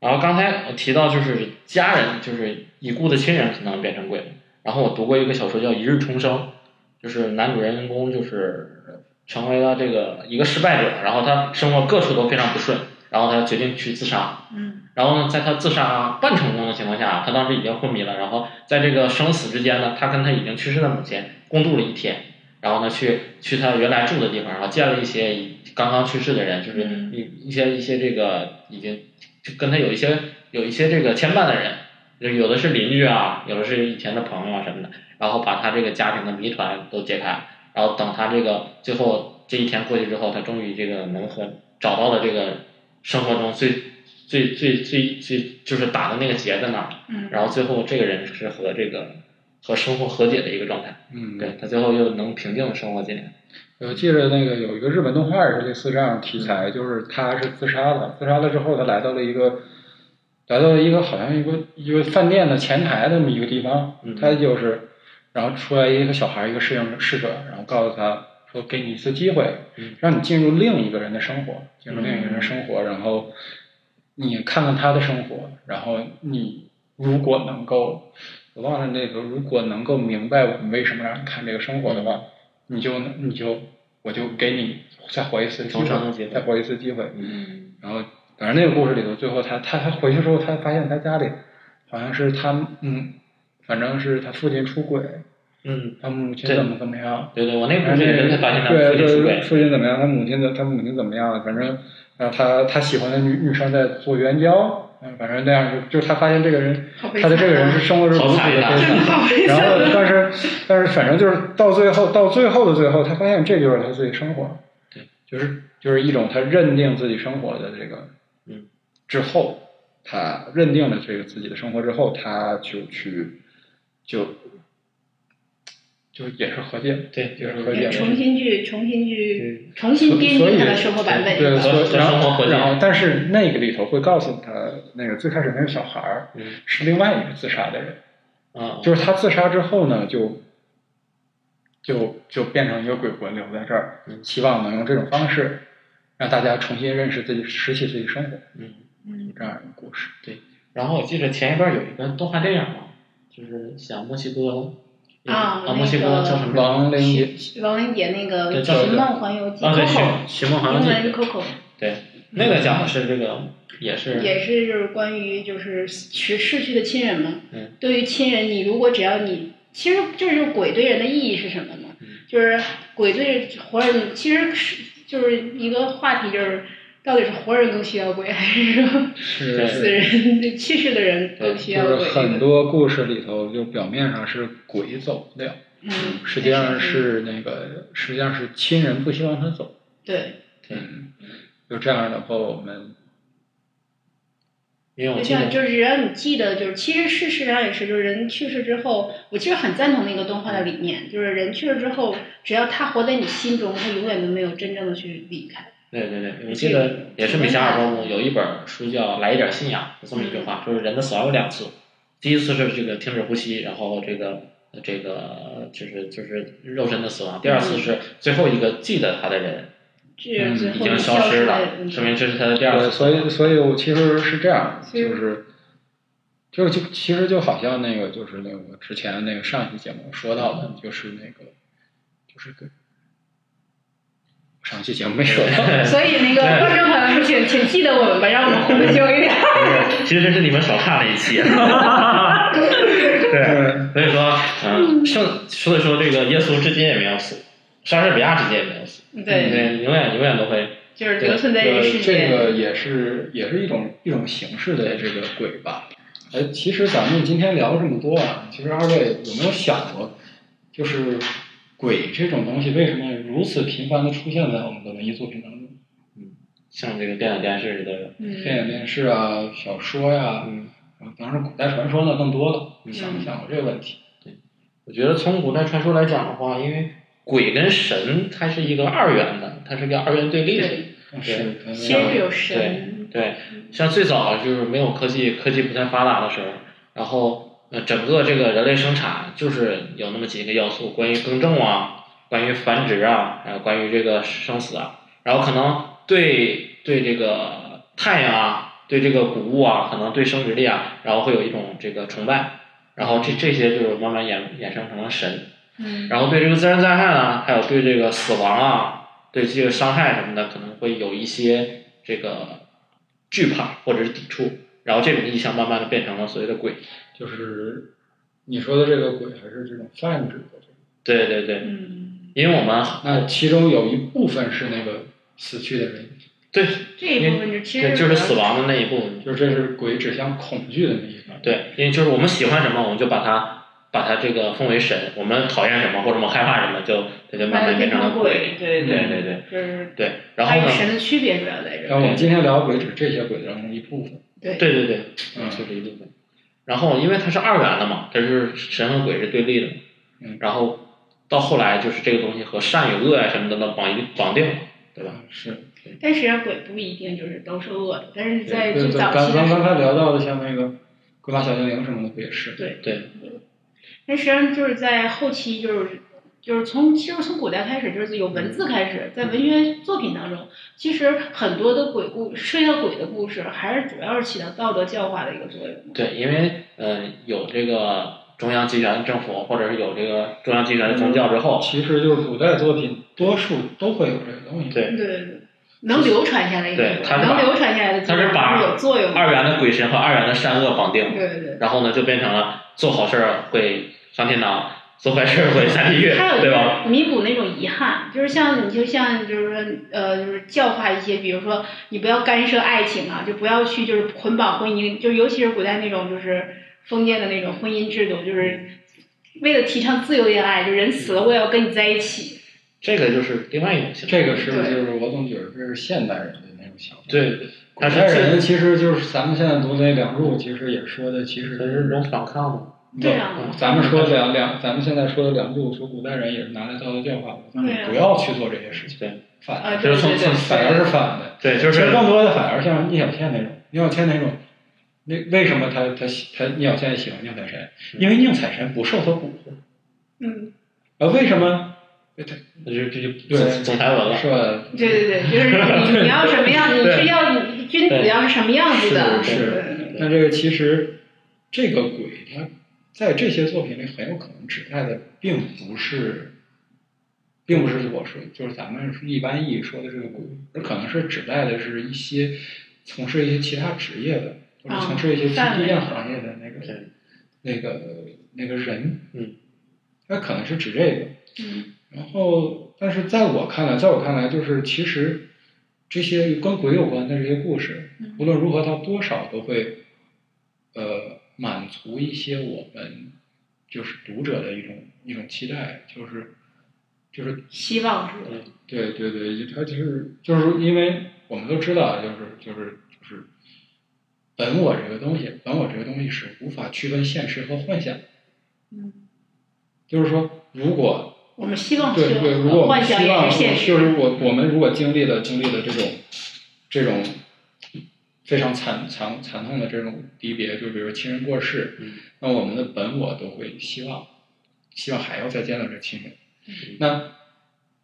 Speaker 4: 然后刚才我提到就是家人，就是已故的亲人可能变成鬼了。然后我读过一个小说叫《一日重生》，就是男主人公就是成为了这个一个失败者，然后他生活各处都非常不顺，然后他决定去自杀。
Speaker 5: 嗯，
Speaker 4: 然后呢，在他自杀半成功的情况下，他当时已经昏迷了。然后在这个生死之间呢，他跟他已经去世的母亲共度了一天。然后呢，去去他原来住的地方，然后见了一些刚刚去世的人，就是
Speaker 5: 嗯
Speaker 4: 一一些一些这个已经就跟他有一些有一些这个牵绊的人，就有的是邻居啊，有的是以前的朋友啊什么的。然后把他这个家庭的谜团都解开，然后等他这个最后这一天过去之后，他终于这个能和找到了这个生活中最最最最最就是打的那个结在那儿，
Speaker 5: 嗯
Speaker 4: 然后最后这个人是和这个和生活和解的一个状态，
Speaker 2: 嗯，
Speaker 4: 对他最后又能平静的生活几年，
Speaker 2: 我记得那个有一个日本动画也是类似这样的题材，就是他是自杀了，自杀了之后他来到了一个，来到了一个好像一个一个饭店的前台那么一个地方，
Speaker 4: 嗯
Speaker 2: 他就是，然后出来一个小孩儿一个适应试者，然后告诉他说给你一次机会
Speaker 4: 嗯，
Speaker 2: 让你进入另一个人的生活，进入另一个人的生活，然后你看看他的生活，然后你如果能够，我忘了那个如果能够明白我们为什么让你看这个生活的话。你就你就我就给你再活一次机
Speaker 4: 重生的机
Speaker 2: 会，
Speaker 4: 会
Speaker 2: 再活一次机会。
Speaker 5: 嗯
Speaker 2: 然后反正那个故事里头，最后他他他回去之后，他发现他家里好像是他嗯，反正是他父亲出轨，
Speaker 4: 嗯，
Speaker 2: 他母亲
Speaker 4: 对
Speaker 2: 怎么怎么样，
Speaker 4: 对对，我那
Speaker 2: 反
Speaker 4: 部剧
Speaker 2: 正
Speaker 4: 人
Speaker 2: 那
Speaker 4: 才发现他
Speaker 2: 对
Speaker 4: 父亲出
Speaker 2: 对
Speaker 4: 轨，
Speaker 2: 父亲怎么样，他母亲怎他母亲怎么样，反正然后他他喜欢的女女生在做援交，嗯，反正那样就就是他发现这个人
Speaker 5: 好悲
Speaker 2: 他的这个人
Speaker 5: 惨啊
Speaker 2: 是生活是如
Speaker 4: 好
Speaker 2: 此
Speaker 4: 惨
Speaker 2: 的
Speaker 4: 呀
Speaker 2: 悲惨。
Speaker 5: 好悲啊
Speaker 2: 然后
Speaker 5: 惨，
Speaker 2: 但是但是反正就是到最后到最后的最后，他发现这就是他自己生活，
Speaker 4: 对，
Speaker 2: 就是就是一种他认定自己生活的这个，
Speaker 4: 嗯，
Speaker 2: 之后他认定了这个自己的生活之后，他就去就就也是和解，
Speaker 4: 对，就
Speaker 2: 也是
Speaker 4: 是
Speaker 2: 和
Speaker 5: 也
Speaker 2: 解。
Speaker 5: 重新去重新去重
Speaker 2: 所
Speaker 5: 新编
Speaker 2: 所
Speaker 5: 辑
Speaker 2: 以
Speaker 5: 他的生活版本，
Speaker 2: 对，
Speaker 5: 是吧
Speaker 2: 所
Speaker 4: 和
Speaker 2: 以
Speaker 4: 和
Speaker 2: 然
Speaker 4: 生活和
Speaker 2: 后
Speaker 4: 解
Speaker 2: 然后但是那个里头会告诉他，那个最开始那个小孩儿
Speaker 4: 嗯
Speaker 2: 是另外一个自杀的人，
Speaker 4: 啊，
Speaker 2: 就是他自杀之后呢，就就就变成一个鬼魂留在这儿，
Speaker 4: 嗯
Speaker 2: 希望能用这种方式让大家重新认识自己、拾起自己生活
Speaker 4: 嗯。
Speaker 5: 嗯
Speaker 2: 这样一个故事。
Speaker 4: 然后我记得前一段有一个动画电影嘛，就是讲墨西哥
Speaker 5: 啊
Speaker 4: 啊，墨西哥叫什么？
Speaker 2: 王灵也
Speaker 5: 王文杰那个
Speaker 4: 对
Speaker 5: 《
Speaker 4: 叫
Speaker 5: 寻梦环游记》
Speaker 4: 啊，对，《寻寻梦环游
Speaker 5: ，Coco，
Speaker 4: 记
Speaker 5: 英》文 Coco，
Speaker 4: 对，那个讲的是这个也是
Speaker 5: 也是就是关于就是去逝去的亲人嘛。
Speaker 4: 嗯
Speaker 5: 对于亲人，你如果只要你，其实这就是鬼对人的意义是什么呢？
Speaker 4: 嗯
Speaker 5: 就是鬼对活人，其实是就是一个话题，就是到底是活人更需要鬼，还是说
Speaker 2: 是
Speaker 5: 死人去世的人更需要
Speaker 2: 呃就
Speaker 5: 鬼？
Speaker 2: 是很多故事里头，就表面上是鬼走不了，
Speaker 5: 嗯，
Speaker 2: 实际上是那个实际上是亲人不希望他走。
Speaker 5: 对，
Speaker 2: 嗯，就这样的话，我们
Speaker 4: 因为我
Speaker 5: 就
Speaker 4: 记得
Speaker 5: 像就是只要你记得，就是其实事实上也是，就是人去世之后，我其实很赞同那个动画的理念，就是人去世之后，只要他活在你心中，他永远都没有真正的去离开。
Speaker 4: 对对对，我记得也是米歇尔伯姆有一本书叫《来一点信仰》，有这么一句
Speaker 5: 嗯
Speaker 4: 话，就是人的死亡有两次，第一次是这个停止呼吸，然后这个这个就是就是肉身的死亡，第二次是最后一个记得他的人
Speaker 5: 这
Speaker 2: 嗯
Speaker 5: 嗯最
Speaker 4: 已
Speaker 5: 后
Speaker 4: 经消
Speaker 5: 消
Speaker 4: 失
Speaker 5: 了嗯
Speaker 4: 了，，说明这是他的第二
Speaker 2: 对，
Speaker 4: 次。
Speaker 2: 所以所以我其实是这样，
Speaker 5: 其实
Speaker 2: 就是就就其实就好像那个就是那个之前那个上一期节目说到的，
Speaker 5: 嗯
Speaker 2: 就是那个就是个上期节目没说 到，
Speaker 5: 所以那个
Speaker 4: 对
Speaker 5: 观众朋友们，请请记得我们吧，让我们活得久 一点。
Speaker 4: 不是，其实这是你们少看了一期。对，所以说，嗯，圣，所以说这个耶稣至今也没有死，莎士比亚至今也没有死，
Speaker 5: 对，
Speaker 4: 对，永远永远都会，
Speaker 5: 就是留存在人世
Speaker 2: 呃这
Speaker 5: 间。
Speaker 2: 个也是也是一种一种形式的这个鬼吧。哎，其实咱们今天聊这么多啊，其实二位有没有想过，就是鬼这种东西为什么如此频繁的出现在我们的文艺作品当中？
Speaker 4: 像这个电影电视里的，
Speaker 2: 电影、电视啊、小说呀、
Speaker 4: 嗯，
Speaker 2: 然后当然，古代传说呢更多了，你想
Speaker 5: 嗯
Speaker 2: 没想过这个问题？
Speaker 4: 我觉得从古代传说来讲的话，因为鬼跟神它是一个二元的，它是个二元对立的。
Speaker 5: 对，
Speaker 2: 但是嗯
Speaker 5: 先是有
Speaker 3: 嗯
Speaker 5: 神，
Speaker 4: 对，像最早就是没有科技，科技不太发达的时候，然后呃，整个这个人类生产就是有那么几个要素，关于耕种啊，关于繁殖啊，还有关于这个生死啊，然后可能对对这个太阳啊，对这个谷物啊，可能对生殖力啊，然后会有一种这个崇拜，然后这这些就是慢慢衍衍生成了神，
Speaker 5: 嗯，
Speaker 4: 然后对这个自然灾害啊，还有对这个死亡啊，对这个伤害什么的，可能会有一些这个惧怕或者是抵触，然后这种意向慢慢的变成了所谓的鬼。
Speaker 2: 就是你说的这个鬼还是这种泛指的这种。
Speaker 4: 对对对，
Speaker 5: 嗯，
Speaker 4: 因为我们
Speaker 2: 那其中有一部分是那个死去的人，
Speaker 4: 对
Speaker 5: 这一部分就其
Speaker 4: 对
Speaker 5: 实
Speaker 4: 就是死亡的那一部分，
Speaker 2: 就是这是鬼指向恐惧的那一方。
Speaker 4: 对，因为就是我们喜欢什么，我们就把它把它这个奉为神，我们讨厌什么或者我们害怕什么，就它就慢
Speaker 5: 慢
Speaker 4: 慢
Speaker 5: 慢变
Speaker 4: 变成了
Speaker 5: 成
Speaker 4: 鬼。
Speaker 5: 鬼，对
Speaker 4: 对
Speaker 5: 对
Speaker 4: 对对
Speaker 5: 就是
Speaker 4: 对，然
Speaker 5: 它
Speaker 4: 后
Speaker 5: 与
Speaker 4: 呢？
Speaker 5: 神的区别主要在这
Speaker 2: 然
Speaker 5: 儿。
Speaker 2: 后我们今天聊鬼只是这些鬼当中一部分。
Speaker 5: 对
Speaker 4: 对对对，
Speaker 2: 嗯
Speaker 4: 就是一部分。然后因为它是二元的嘛，它就是神和鬼是对立的嘛。
Speaker 2: 嗯
Speaker 4: 然后到后来就是这个东西和善与恶呀、什么的都绑一绑定了，对吧？
Speaker 2: 是，
Speaker 5: 但实际上鬼不一定就是都是恶的，但是在
Speaker 2: 对
Speaker 5: 最
Speaker 2: 对，
Speaker 5: 早
Speaker 2: 刚
Speaker 5: 期的
Speaker 2: 刚
Speaker 5: 时
Speaker 2: 刚
Speaker 5: 候，
Speaker 2: 才聊到的像那个鬼马小精灵什么的，不也是？
Speaker 4: 对，
Speaker 5: 但实际上就是在后期就是。就是从其实从古代开始，就是有文字开始，在文学作品当中，其实很多的鬼故涉及到鬼的故事，还是主要是起到道德教化的一个作用。
Speaker 4: 对，因为呃有这个中央集权政府，或者是有这个中央集权的宗教之后，
Speaker 2: 其实就是古代作品多数都会有这个东西。
Speaker 4: 对
Speaker 5: 对对对，能流传下来一
Speaker 4: 对
Speaker 5: 种，
Speaker 4: 它是
Speaker 5: 能
Speaker 4: 把
Speaker 5: 流传下来
Speaker 4: 它
Speaker 5: 的作
Speaker 4: 是
Speaker 5: 用
Speaker 4: 把
Speaker 5: 还是有作用的。
Speaker 4: 二元的鬼神和二元的善恶绑定，
Speaker 5: 对对对。
Speaker 4: 然后呢就变成了做好事儿会上天堂，做坏事儿会下地狱，
Speaker 5: 还有就
Speaker 4: 对吧？
Speaker 5: 是弥补那种遗憾，就是像你就像就是说呃就是教化一些，比如说你不要干涉爱情啊，就不要去就是捆绑婚姻，就尤其是古代那种就是封建的那种婚姻制度，就是为了提倡自由恋爱，就人死了我也要跟你在一起。
Speaker 4: 这个就是另外一种形式。
Speaker 2: 这个是
Speaker 5: 对
Speaker 2: 就是我总觉得这是现代人的那种想法。，
Speaker 4: 对，
Speaker 2: 古
Speaker 4: 它是
Speaker 2: 代
Speaker 4: 最
Speaker 2: 人其实就是咱们现在读的那两路，其实也说的其实
Speaker 4: 它是一种反抗嘛。
Speaker 5: 对啊
Speaker 2: 不嗯咱们说的两两，咱们现在说的两路，说古代人也是拿来道德教化的，但
Speaker 5: 对
Speaker 2: 是
Speaker 5: 啊
Speaker 2: 不要去做这些事情，
Speaker 4: 对，
Speaker 2: 反
Speaker 5: 啊，
Speaker 2: 的，
Speaker 5: 对
Speaker 4: 就是从
Speaker 5: 对对
Speaker 4: 从
Speaker 2: 反而是反的。
Speaker 4: 对，就
Speaker 2: 其实
Speaker 4: 是
Speaker 2: 更多的反而像聂小倩那种，聂小倩那种，那为什么她她喜她聂小倩喜欢宁采臣？因为宁采臣不受她蛊惑。
Speaker 5: 嗯，
Speaker 2: 啊，为什么？
Speaker 4: 这就这就
Speaker 2: 对
Speaker 4: 总总裁文了。
Speaker 2: 是吧？
Speaker 5: 对 对对，就是你你要什么样，你
Speaker 4: 对
Speaker 5: 是要你君子要是什么样子的，
Speaker 2: 是
Speaker 5: 啊对
Speaker 2: 是
Speaker 5: 对对
Speaker 2: 那这个其实，这个鬼它在这些作品里很有可能指代的并不是，并不是我说就是咱们一般意义说的这个鬼，而可能是指代的是一些从事一些其他职业的，或者
Speaker 5: 啊
Speaker 2: 从事一些
Speaker 5: 范
Speaker 2: 低
Speaker 5: 围
Speaker 2: 量行业的那个、
Speaker 4: 对
Speaker 2: 那个那个人，
Speaker 4: 嗯，
Speaker 2: 那可能是指这个。
Speaker 5: 嗯
Speaker 2: 然后，但是在我看来，在我看来，就是其实这些跟鬼有关的这些故事，
Speaker 5: 嗯
Speaker 2: 无论如何，它多少都会呃满足一些我们就是读者的一种一种期待，就是就是
Speaker 5: 希望是
Speaker 2: 嗯
Speaker 5: 吧？
Speaker 2: 对对对，它就是就是因为我们都知道，就是就是就是本我这个东西，本我这个东西是无法区分现实和幻想的，
Speaker 5: 嗯，
Speaker 2: 就是说如果
Speaker 5: 我们希望
Speaker 2: 对对，如
Speaker 5: 是
Speaker 2: 果我
Speaker 5: 幻
Speaker 2: 们
Speaker 5: 想
Speaker 2: 希
Speaker 5: 也
Speaker 2: 望
Speaker 5: 是现实，
Speaker 2: 就是我我们如果经历了经历了这种这种非常惨惨惨痛的这种离别，就比如亲人过世，
Speaker 4: 嗯
Speaker 2: 那我们的本我都会希望希望还要再见到这个亲人。
Speaker 5: 嗯
Speaker 2: 那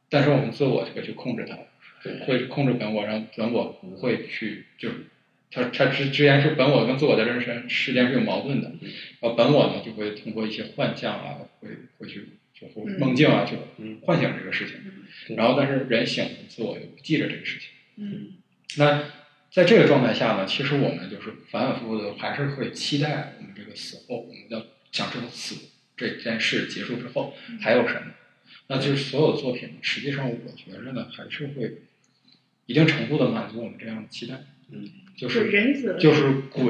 Speaker 2: 但是我们自我这个去控制它，
Speaker 4: 对，
Speaker 2: 会控制本我，让本我不会去就是。它它之之间是本我跟自我在这之之间是有矛盾的，然后本我呢就会通过一些幻象啊，会会去就会
Speaker 5: 嗯
Speaker 2: 梦境啊，就
Speaker 4: 嗯
Speaker 2: 幻想这个事情。
Speaker 4: 对
Speaker 2: 然后但是人醒了，自我又不记着这个事情。
Speaker 5: 嗯
Speaker 2: 那在这个状态下呢，其实我们就是反反复复的，还是会期待我们这个死后，我们要想知道死这件事结束之后
Speaker 5: 嗯
Speaker 2: 还有什么。那就是所有的作品，实际上我觉着呢，还是会一定程度的满足我们这样的期待。
Speaker 4: 嗯，
Speaker 2: 就
Speaker 5: 就是
Speaker 2: 是
Speaker 5: 人死了
Speaker 2: 就是鬼，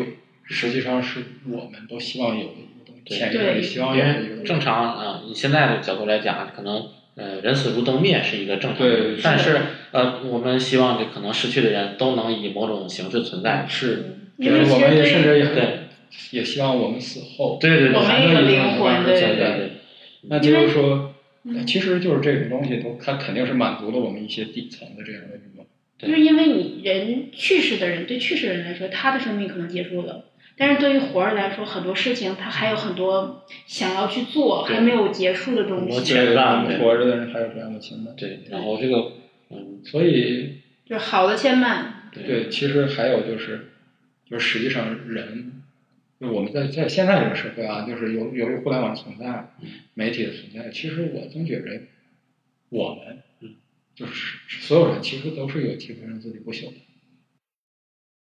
Speaker 2: 实际上是我们都希望有的一个东西，
Speaker 4: 对
Speaker 2: 潜意识里
Speaker 5: 对
Speaker 2: 希望
Speaker 4: 因
Speaker 2: 有的一个
Speaker 4: 为
Speaker 2: 东西。
Speaker 4: 正常啊、以现在的角度来讲，可能呃人死如灯灭是一个正常
Speaker 2: 对
Speaker 4: 的
Speaker 2: 是，
Speaker 4: 但是呃我们希望这可能逝去的人都能以某种形式存在。
Speaker 2: 是，
Speaker 5: 嗯因
Speaker 2: 就
Speaker 5: 为
Speaker 2: 是我
Speaker 5: 其实
Speaker 2: 们也
Speaker 5: 对
Speaker 2: 甚至也很
Speaker 4: 对
Speaker 2: 也希望我们死后
Speaker 4: 对对对
Speaker 5: 我们
Speaker 2: 还
Speaker 5: 也有
Speaker 2: 能
Speaker 5: 灵魂
Speaker 2: 对
Speaker 5: 对
Speaker 4: 对
Speaker 2: 对。
Speaker 4: 对，
Speaker 2: 那就是说，
Speaker 5: 因为
Speaker 2: 呃其实就是这种东西都，它肯定是满足了我们一些底层的这样的欲望。
Speaker 4: 对
Speaker 5: 就是因为你人去世的人，对去世的人来说，他的生命可能结束了，但是对于活人来说，很多事情他还有很多想要去做，
Speaker 4: 对
Speaker 5: 还没有结束的东
Speaker 4: 很多
Speaker 5: 西，
Speaker 4: 牵绊
Speaker 2: 对
Speaker 4: 对
Speaker 2: 活着的人还有这样的情感。
Speaker 4: 对然后这个嗯
Speaker 2: 所以，
Speaker 5: 就是好的牵绊。
Speaker 2: 对，其实还有就是，就是实际上人，就我们在在现在这个社会啊，就是由由于互联网存在
Speaker 4: 嗯、
Speaker 2: 媒体的存在，其实我总觉着我们
Speaker 4: 嗯，
Speaker 2: 就是所有人其实都是有机会让自己不朽的。